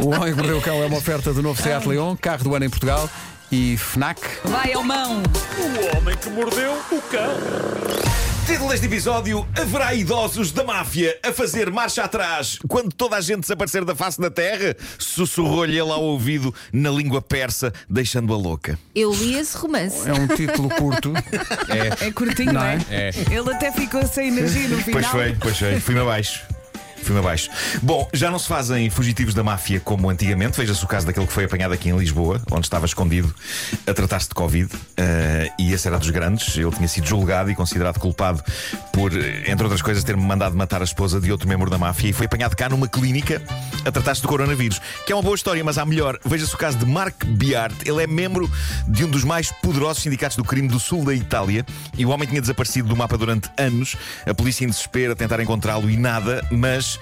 O Homem que Mordeu o Cão é uma oferta do novo Seat Leon, carro do ano em Portugal e FNAC. Vai, é Almão! O homem que mordeu o cão. Título deste episódio: Haverá idosos da máfia a fazer marcha atrás quando toda a gente desaparecer da face da terra? Sussurrou-lhe ele ao ouvido na língua persa, deixando-a louca. Eu li esse romance. É um título curto. É curtinho, não é? É. Ele até ficou sem energia no final. Pois foi, pois foi. Fui-me abaixo. Fui-me abaixo. Bom, já não se fazem fugitivos da máfia como antigamente. Veja-se o caso daquele que foi apanhado aqui em Lisboa, onde estava escondido a tratar-se de Covid. eh, e esse era dos grandes. Ele tinha sido julgado e considerado culpado por, eh, entre outras coisas, ter-me mandado matar a esposa de outro membro da máfia. E foi apanhado cá numa clínica a tratar-se do coronavírus. Que é uma boa história, mas há melhor. Veja-se o caso de Mark Biart. Ele é membro de um dos mais poderosos sindicatos do crime do sul da Itália. E o homem tinha desaparecido do mapa durante anos. A polícia em desespero a tentar encontrá-lo e nada. Mas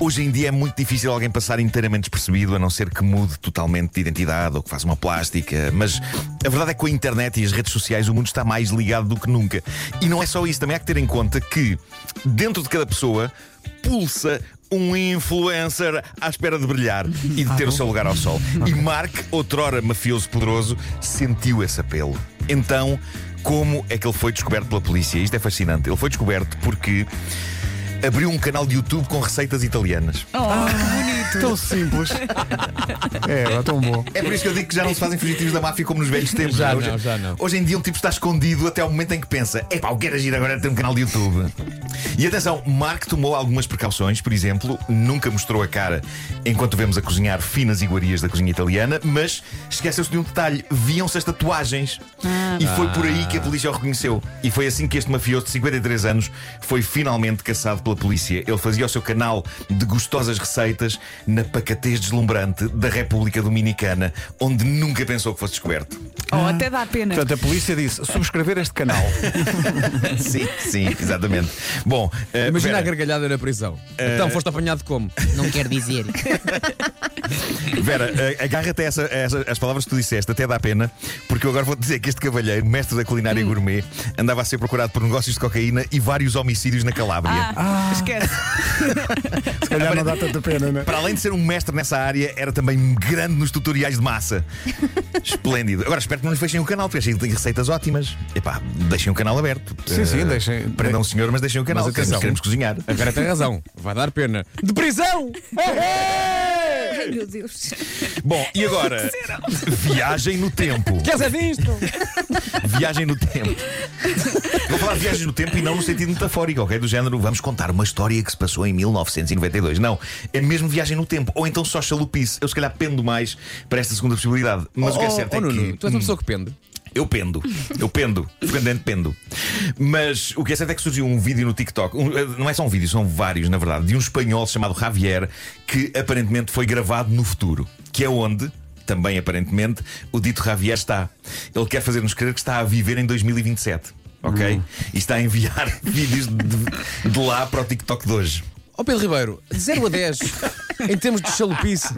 hoje em dia é muito difícil alguém passar inteiramente despercebido, a não ser que mude totalmente de identidade ou que faça uma plástica. Mas a verdade é que com a internet e as redes sociais o mundo está mais ligado do que nunca. E não é só isso. Também há que ter em conta que dentro de cada pessoa pulsa um influencer à espera de brilhar e de ter o seu lugar ao sol. E Mark, outrora mafioso poderoso, sentiu esse apelo. Então, como é que ele foi descoberto pela polícia? Isto é fascinante. Ele foi descoberto porque abriu um canal de YouTube com receitas italianas. Oh, Tão simples. É, é tão bom. É por isso que eu digo que já não se fazem fugitivos da máfia como nos velhos tempos. Já é? hoje, não, já não. Hoje em dia um tipo está escondido até ao momento em que pensa: epá, o que era agir agora é ter um canal de YouTube. E atenção, Mark tomou algumas precauções, por exemplo, nunca mostrou a cara enquanto vemos a cozinhar finas iguarias da cozinha italiana, mas esqueceu-se de um detalhe: viam-se as tatuagens. E foi por aí que a polícia o reconheceu. E foi assim que este mafioso de 53 anos foi finalmente caçado pela polícia. Ele fazia o seu canal de gostosas receitas na pacatez deslumbrante da República Dominicana, onde nunca pensou que fosse descoberto. Oh, até dá pena. Portanto, a polícia disse subscrever este canal. sim, sim, exatamente. Bom, É eh, Imagina a Vera, gargalhada na prisão. Então foste apanhado como? Não quero dizer. Vera, eh, agarra-te a, essa- a essa- as palavras que tu disseste, até dá pena, porque eu agora vou dizer que este cavalheiro, mestre da culinária gourmet, andava a ser procurado por negócios de cocaína e vários homicídios na Calábria. Ah, esquece. Se calhar não dá tanta pena, não é? Para além de ser um mestre nessa área, era também grande nos tutoriais de massa. Esplêndido. Agora espero que não lhe fechem o canal, porque achei que tem receitas ótimas. Epá, deixem o canal aberto. Sim, sim, Eh, deixem- Prendam o senhor, mas deixem o canal. Mas queremos, atenção. queremos cozinhar. Agora tem razão. Vai dar pena. De prisão! É, é um Ai, meu Deus. Bom, e agora? Viagem no tempo. Queres é visto? Viagem no tempo. Vou falar de viagem no tempo e não no sentido metafórico, ok? Do género, vamos contar uma história que se passou em 1992. Não, é mesmo viagem no tempo. Ou então só chalupice. Eu se calhar pendo mais para esta segunda possibilidade. Mas o que é certo oh, é Nuno, que. tu és uma pessoa que pende. Eu pendo, eu pendo, frequentemente pendo. Mas o que é certo é que surgiu um vídeo no TikTok, um, eh, não é só um vídeo, são vários, na verdade, de um espanhol chamado Javier, que aparentemente foi gravado no futuro, que é onde, também aparentemente, o dito Javier está. Ele quer fazer-nos crer que está a viver em 2027, ok? E está a enviar vídeos de, de lá para o TikTok de hoje. Ó Oh, Pedro Ribeiro, de 0 a 10, em termos de chalupice,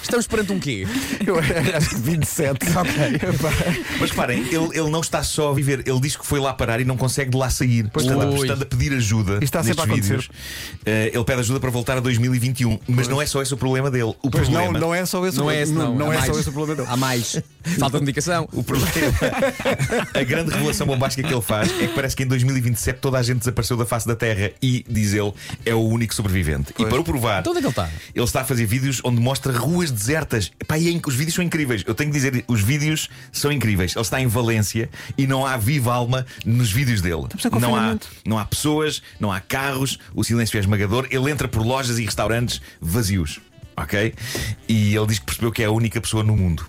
estamos perante um quê? Hum. Eu acho que 27. Mas reparem, ele, ele não está só a viver, ele diz que foi lá parar e não consegue de lá sair. Portanto, Ui. estando a pedir ajuda. Isto está sempre nestes a acontecer. vídeos, eh, ele pede ajuda para voltar a 2021. Mas não é só esse o problema dele. O Pois não, problema. não é só esse Não o é esse, não. não Há é só mais. esse o problema dele. Há mais. Falta de indicação. O problema, a grande revelação bombástica que ele faz é que parece que em 2027 toda a gente desapareceu da face da Terra e, diz ele, é o único sobrevivente. E para o provar, Então onde é que ele está? ele está a fazer vídeos onde mostra ruas desertas. Pá, e é inc- os vídeos são incríveis. Eu tenho que dizer, os vídeos são incríveis. Ele está em Valência e não há viva alma nos vídeos dele. Não há, não há pessoas, não há carros, o silêncio é esmagador. Ele entra por lojas e restaurantes vazios. Ok? E ele diz que percebeu que é a única pessoa no mundo.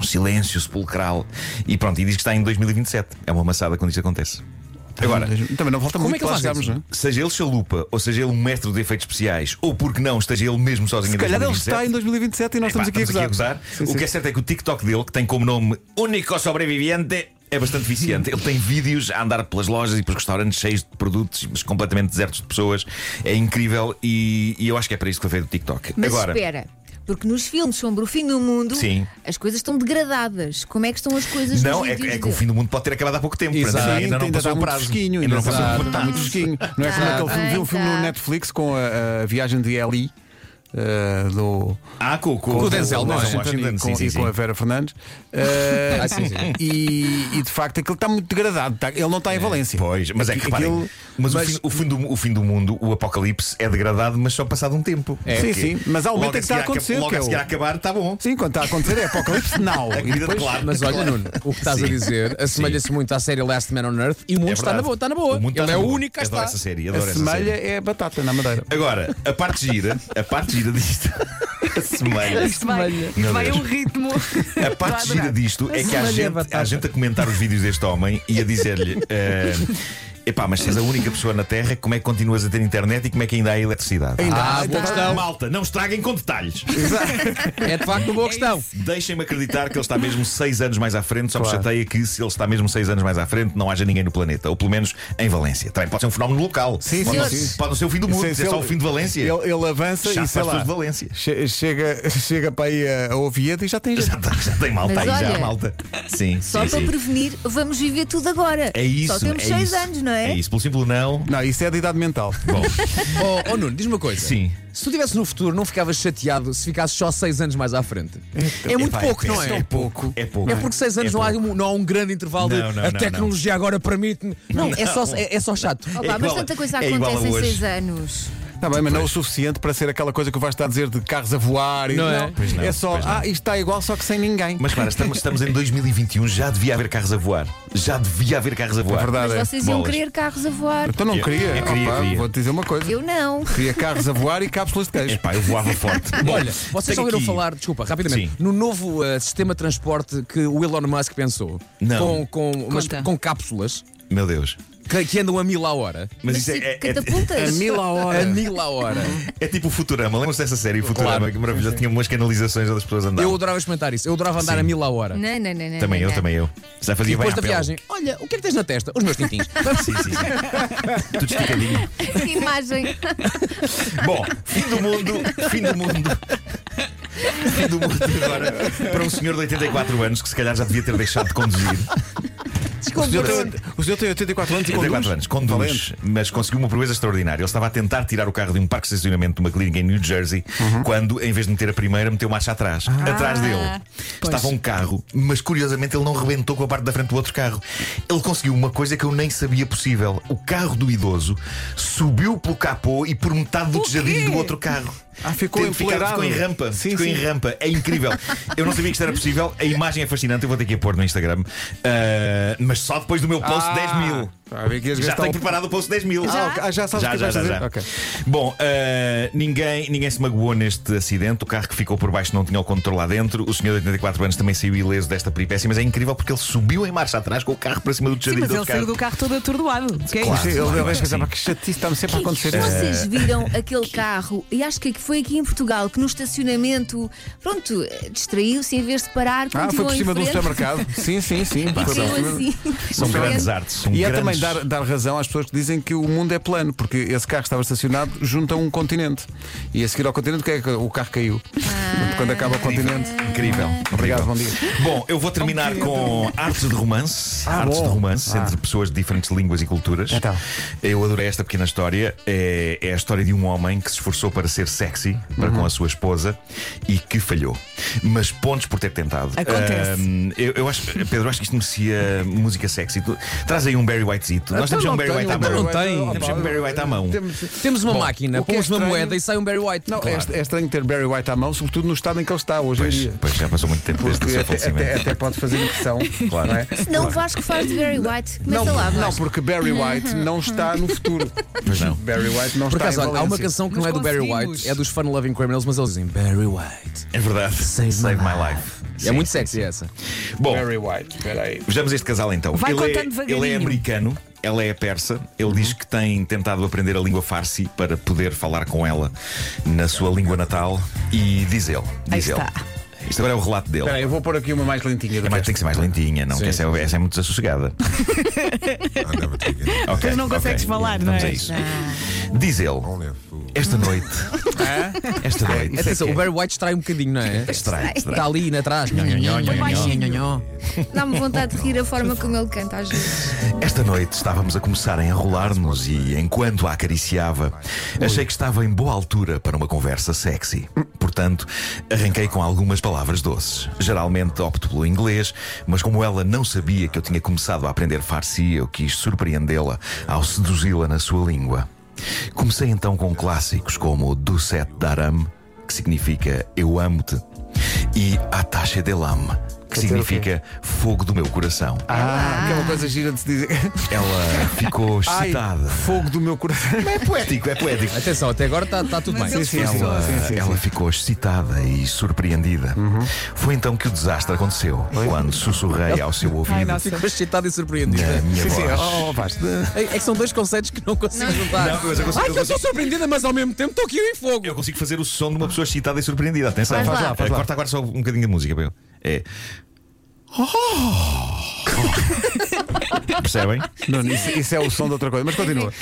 Um silêncio sepulcral. E pronto, e diz que está em 2027. É uma amassada quando isto acontece. Agora, Também não falta Como muito é que para lá ele faz chegarmos, isso? não é? seja ele chalupa, ou seja ele um mestre de efeitos especiais, ou porque não, esteja ele mesmo sozinho Se em calhar ele 2027. está em 2027 e nós Epá, estamos aqui a acusar. acusar. Sim, o sim. que é certo é que o TikTok dele, que tem como nome Único Sobreviviente, é bastante viciante. Ele tem vídeos a andar pelas lojas e pelos restaurantes cheios de produtos, mas completamente desertos de pessoas. É incrível e, e eu acho que é para isso que foi feito o TikTok. Mas Agora, espera, porque nos filmes sobre o fim do mundo Sim. as coisas estão degradadas. Como é que estão as coisas não, nos é, que- vídeos é que o dele? fim do mundo pode ter acabado há pouco tempo. Exato. portanto, Sim, Ainda não ainda está passou o muito prazo. fresquinho, Ainda não um ainda passou o está, prazo. está muito fresquinho. Não é como aquele filme, vi um filme no Exato. Netflix com a, a viagem de Ellie eh, do Ah, com, com, com o Denzel, não é? Denzel Washington, com, sim, sim, e com a sim. Vera Fernandes. Eh, Ah, sim, sim. E, e, de facto aquilo está muito degradado. tá- ele não está em Valência. Pois, mas é que Aqui- reparem, aquilo- mas, o, mas- fim, o fim do, o fim do mundo, o apocalipse, é degradado, mas só passado um tempo. Sim, Porque sim, mas há um logo momento em que está seguir a acontecer, Logo que é a seguir o- a acabar, está bom. Sim, quando está a acontecer é Apocalipse Now. A E comida depois- de claro. Mas olha, Nuno, o que estás a Sim. dizer assemelha-se muito à série Last Man on Earth e o mundo É está na verdade. boa, está na boa. O mundo está Ele é na o boa. único que cá Adoro está. essa série, A adoro essa série. semelha é batata na madeira. Agora, a parte gira, a parte gira disto. A semelha. Vai, Meu vai Deus. um ritmo. A parte gira disto é que há semelha é gente, batata. há gente a comentar os vídeos deste homem e a dizer-lhe. eh, Epá, mas se és a única pessoa na Terra, como é que continuas a ter internet e como é que ainda há eletricidade? Ah, Ainda- boa Ah, questão. Malta, não estraguem com detalhes. É de facto uma boa questão. Deixem-me acreditar que ele está mesmo 6 anos mais à frente. Só Claro. me chateia que se ele está mesmo 6 anos mais à frente, não haja ninguém no planeta. Ou pelo menos em Valência. Também pode ser um fenómeno local. Sim, pode, sim, não- sim. pode não ser o fim do mundo, Se- é se só ele- o fim de Valência. Ele, ele avança Chato e sei para lá. as pessoas de Valência. che- Chega, chega para aí a, a Oviedo e já tem gente. Já, tá- já tem malta Mas aí, já olha, há malta. Sim, Só sim, para sim. prevenir, vamos viver tudo agora. É isso. Só temos é 6 isso. anos, não é? É isso. Pelo simples não. Não, isso é de idade mental. Bom, Oh, oh, Nuno, diz uma coisa. Sim. Se tu estivesse no futuro, não ficavas chateado se ficasses só 6 anos mais à frente? é muito epá, pouco, é não é? tão pouco, é pouco. É porque 6 anos É não, há pouco. um, não há um grande intervalo Não, de não, a não, tecnologia agora permite-me. Não, É, só, é, é só chato. Opa, É mas igual a- tanta coisa é igual a acontece em hoje. 6 anos. Está Tá bem, mas não o suficiente para ser aquela coisa que vais estar a dizer de carros a voar e Não é? Pois não, é só, pois não. ah, isto está igual, só que sem ninguém. mas para, estamos, estamos em 2021, já devia haver carros a voar. Já devia haver carros a voar. verdade é. Mas vocês iam Ah, Bolas. querer carros a voar. Então não Eu- queria. eu queria, Opa, queria. Vou-te dizer uma coisa. Eu não. Queria carros a voar e cápsulas de queijo. Epá, eu voava forte. Bom, Olha, vocês já tenho ouviram aqui- falar, desculpa, rapidamente, Sim. no novo eh, sistema de transporte que o Elon Musk pensou? Não. Com, com, umas- Conta. com cápsulas Meu Deus. que, que andam a mil à hora. Mas Mas isso é, se é, é, catapultas. A mil a hora. A mil à hora. É tipo o Futurama, lembram-se dessa série o Futurama Claro. que maravilhosa, tinha umas canalizações onde as pessoas andavam. Eu adorava experimentar isso. Eu adorava andar Sim. a mil à hora. Não, não, não, não. Também não, eu, não. também eu. Já fazia E bem depois à da pele. viagem, olha, o que é que tens na testa? Os meus tintins. Sim, sim, sim. Tudo esticadinho. Que imagem. Bom, fim do mundo, fim do mundo. Fim do mundo agora para um senhor de 84 anos que se calhar já devia ter deixado de conduzir. O senhor, tem, o senhor tem 84 anos e 84 conduz. anos, conduz, Valente. mas conseguiu uma proeza extraordinária. Ele estava a tentar tirar o carro de um parque de estacionamento de uma clínica em New Jersey, Uhum. quando, em vez de meter a primeira, meteu marcha atrás. Ah, atrás dele estava um carro, mas curiosamente ele não rebentou com a parte da frente do outro carro. Ele conseguiu uma coisa que eu nem sabia possível. O carro do idoso subiu pelo capô e por metade do O tejadinho quê? do outro carro. Ah, ficou Teve- ficava- empoleirado. ficou em rampa. Sim, ficou em sim. rampa. É incrível. Eu não sabia que isto era possível. A imagem é fascinante. Eu vou ter que a pôr no Instagram. Ah, mas só depois do meu post Ah, 10 mil. está a ver tá que ias Já gastar um tenho o- preparado o post 10 mil. Ah, ok. Ah, já sabes o já, que já, vais já, fazer? já. Ok. Bom, ah, ninguém, ninguém se magoou neste acidente. O carro que ficou por baixo não tinha o condutor lá dentro. O senhor de 84 anos também saiu ileso desta peripécia, mas é incrível porque ele subiu em marcha atrás com o carro para cima do Sim, tejadinho mas do ele outro carro. saiu do carro todo atordoado. O Que é Claro. isto? Sim, ele Claro, deve sim. pensar, "Pá, que chatice, está-me sempre a acontecer isto. Vocês viram aquele carro, e acho que foi aqui em Portugal, que no estacionamento, pronto, eh, distraiu-se em vez de parar, Ah, foi continuou por em cima de um frente, supermercado. Sim, sim, sim. e Foi por caiu cima. assim. São em grandes frente. artes. São E é grandes... também dar, dar razão às pessoas que dizem que o mundo é plano, porque esse carro estava estacionado junto a um continente. E a seguir ao continente, o que é que o carro caiu? Portanto, Quando acaba É o continente. Incrível. Obrigado, Incrível. bom dia. Bom, eu vou terminar com artes de romance. Ah, artes bom. de romance Ah. entre pessoas de diferentes línguas e culturas. Então. Eu adorei esta pequena história. É, é a história de um homem que se esforçou para ser sexy Uhum. para com a sua esposa e que falhou. Mas pontos por ter tentado. Acontece. Ahm, eu, eu acho, Pedro, acho que isto merecia música sexy. Tu- Traz aí um Barry Whitezito. Nós Então temos já um Barry White à tenho um mão. Barry White. tem. Temos sempre um Barry White à mão. Temos uma Bom, máquina, o que é pomos uma estranho- moeda e sai um Barry White. Não, Claro. é, é estranho ter Barry White à mão, sobretudo no estado em que ele está hoje em Pois, dia. pois, já passou muito tempo desde o Porque seu até, até, falecimento. até pode fazer impressão. Claro. Não, é? Senão o Vasco faz de Barry White. não, Começa lá, não, Vasco. porque Barry White não está no futuro. Pois não. Barry White não Por está acaso, em olha, há uma Valência. canção que Mas não é do Barry conseguimos. White, é dos Fun Loving Criminals, mas eles dizem Barry White. É verdade. Save my life. Sim, É muito sim, sexy sim. essa. Bom, Barry White, espera aí. Vejamos este casal então. Vai ele, contando é, devagarinho. ele é americano, ela é persa. Uhum. Ele diz que tem tentado aprender a língua farsi para poder falar com ela na sua língua natal. E diz ele: Aí diz ele. está. Isto agora é o relato dele. Espera aí, eu vou pôr aqui uma mais lentinha. É, do mas resto. tem que ser mais lentinha, não? que essa, é, essa é muito desassossegada. Mas não Ok, consegues ok. falar, não Vamos é? a isso. Diz ele, esta noite, Hã? Ah, é esta noite, é Atenção, o Barry White extrai um bocadinho, não é? estranho, Está estranho. ali, na trás. Dá-me vontade de rir a forma como ele canta às vezes. Esta noite estávamos a começar a enrolar-nos e, enquanto a acariciava, achei que estava em boa altura para uma conversa sexy. Portanto, arranquei com algumas palavras doces. Geralmente opto pelo inglês, mas como ela não sabia que eu tinha começado a aprender farsi, eu quis surpreendê-la ao seduzi-la na sua língua. Comecei então com clássicos como Duset Daram, que significa Eu Amo-te, e Atache de Lame, que significa Fogo do Meu Coração. Ah, aquela coisa gira de se dizer. Ela ficou Ai, excitada. fogo do meu coração. É poético, é poético. Atenção, até agora está está tudo bem. ele sim, sim. Ela, ela ficou excitada e surpreendida. Foi então que o desastre aconteceu, quando sussurrei ao seu ouvido. Ai, na nossa. Fico excitado e surpreendido. minha Sim, sim, voz. oh, Vasco. É é que são dois conceitos que não consigo juntar. Não, mas eu consigo- Ai, que eu estou surpreendida, mas ao mesmo tempo estou aqui em fogo. Eu consigo fazer o som de uma pessoa excitada e surpreendida. Atenção, Faz lá, faz lá. Corta agora só um bocadinho de música para eu. É. Oh! Percebem? Não, isso, isso é o som de outra coisa, mas continua.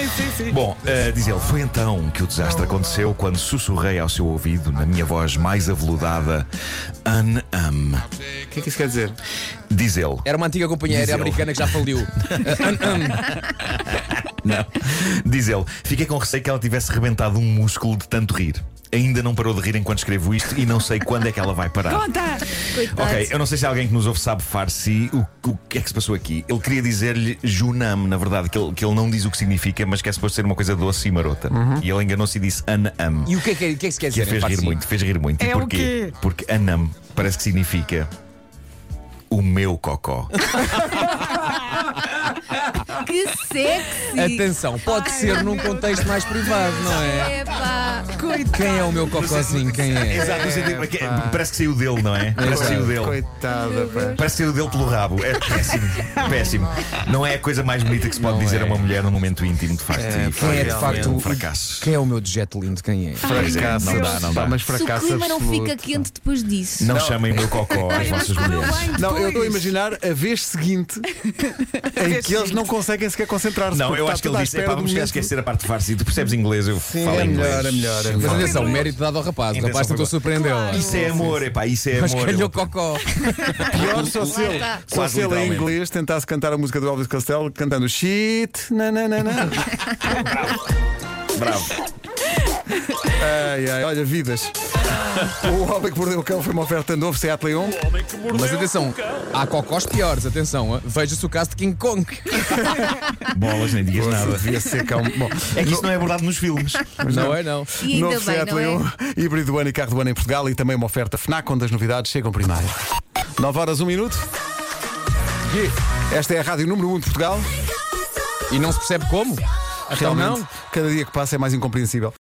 Bom, eh, diz ele, foi então que o desastre aconteceu quando sussurrei ao seu ouvido, na minha voz mais aveludada, An Am. O que é que isso quer dizer? Diz ele. Era uma antiga companhia Diz ele. aérea americana que já faliu. Não. Diz ele, fiquei com receio que ela tivesse rebentado um músculo de tanto rir. Ainda não parou de rir enquanto escrevo isto e não sei quando é que ela vai parar. Conta! Coitado. Ok, eu não sei se alguém que nos ouve sabe farsi o, que- o que é que se passou aqui. Ele queria dizer-lhe Junam, na verdade, que ele, que ele não diz o que significa, mas que é suposto ser uma coisa doce e marota. E ele enganou-se e disse Anam. Uhum. E o que é que, é- o que, é que se quer Que dizer? fez em rir Farsi? muito, fez rir muito. E É o porquê? quê? Porque Anam parece que significa o meu cocó. Que sexy! Atenção, pode ser num contexto mais privado, não é? Epá. Quem é o meu cocôzinho? Quem é? Exato, no sentido- porque parece que saiu dele, não é? Parece que saiu dele. Coitada, pá. Parece ter o dele pelo rabo. É péssimo. péssimo. Não é a coisa mais bonita que se pode é. dizer a uma mulher num momento íntimo, de facto. E foi Quem é de realmente facto um o- fracasso. Quem é o meu dejeto lindo? Quem é? Pois é, Fracasso. não dá, não Pá, dá. Mas Se o fracasso clima não absoluto. fica quente depois disso. é Não chamem meu cocó às vossas mulheres. Não, eu estou a imaginar a vez seguinte em que eles não conseguem sequer concentrar-se. Não, porque eu está acho que tudo ele à disse: espera "Epá, do vamos momento." esquecer a parte de farsi. Tu percebes inglês? Eu falo é inglês. melhor, é melhor, é Mas melhor. atenção, o mérito dado ao rapaz. O Ainda rapaz só tentou foi- surpreendê-la. Isso é amor, epá, isso é Mas amor. calhou cocó. Pior só se ele, Lá está. só Quase se ele em literalmente. inglês tentasse cantar a música do Elvis Costello cantando shit, na na na na. Bravo. Ai, ai, olha, vidas. O Homem que Mordeu o Cão foi uma oferta novo, Seat Leon. O homem que mordeu Mas atenção, o cão. há cocós piores, atenção. Veja-se o caso de King Kong. Bolas, nem digas nada. Devia ser cão. Bom, É que isso não é abordado nos filmes. Não é, não. E ainda novo bem, Seat não é? Leon, híbrido do ano e carro do ano em Portugal e também uma oferta FNAC onde as novidades chegam primeiro. 9 horas, 1 minuto. Esta é a Rádio Número 1 de Portugal. E não se percebe como? Então Realmente, não. cada dia que passa é mais incompreensível.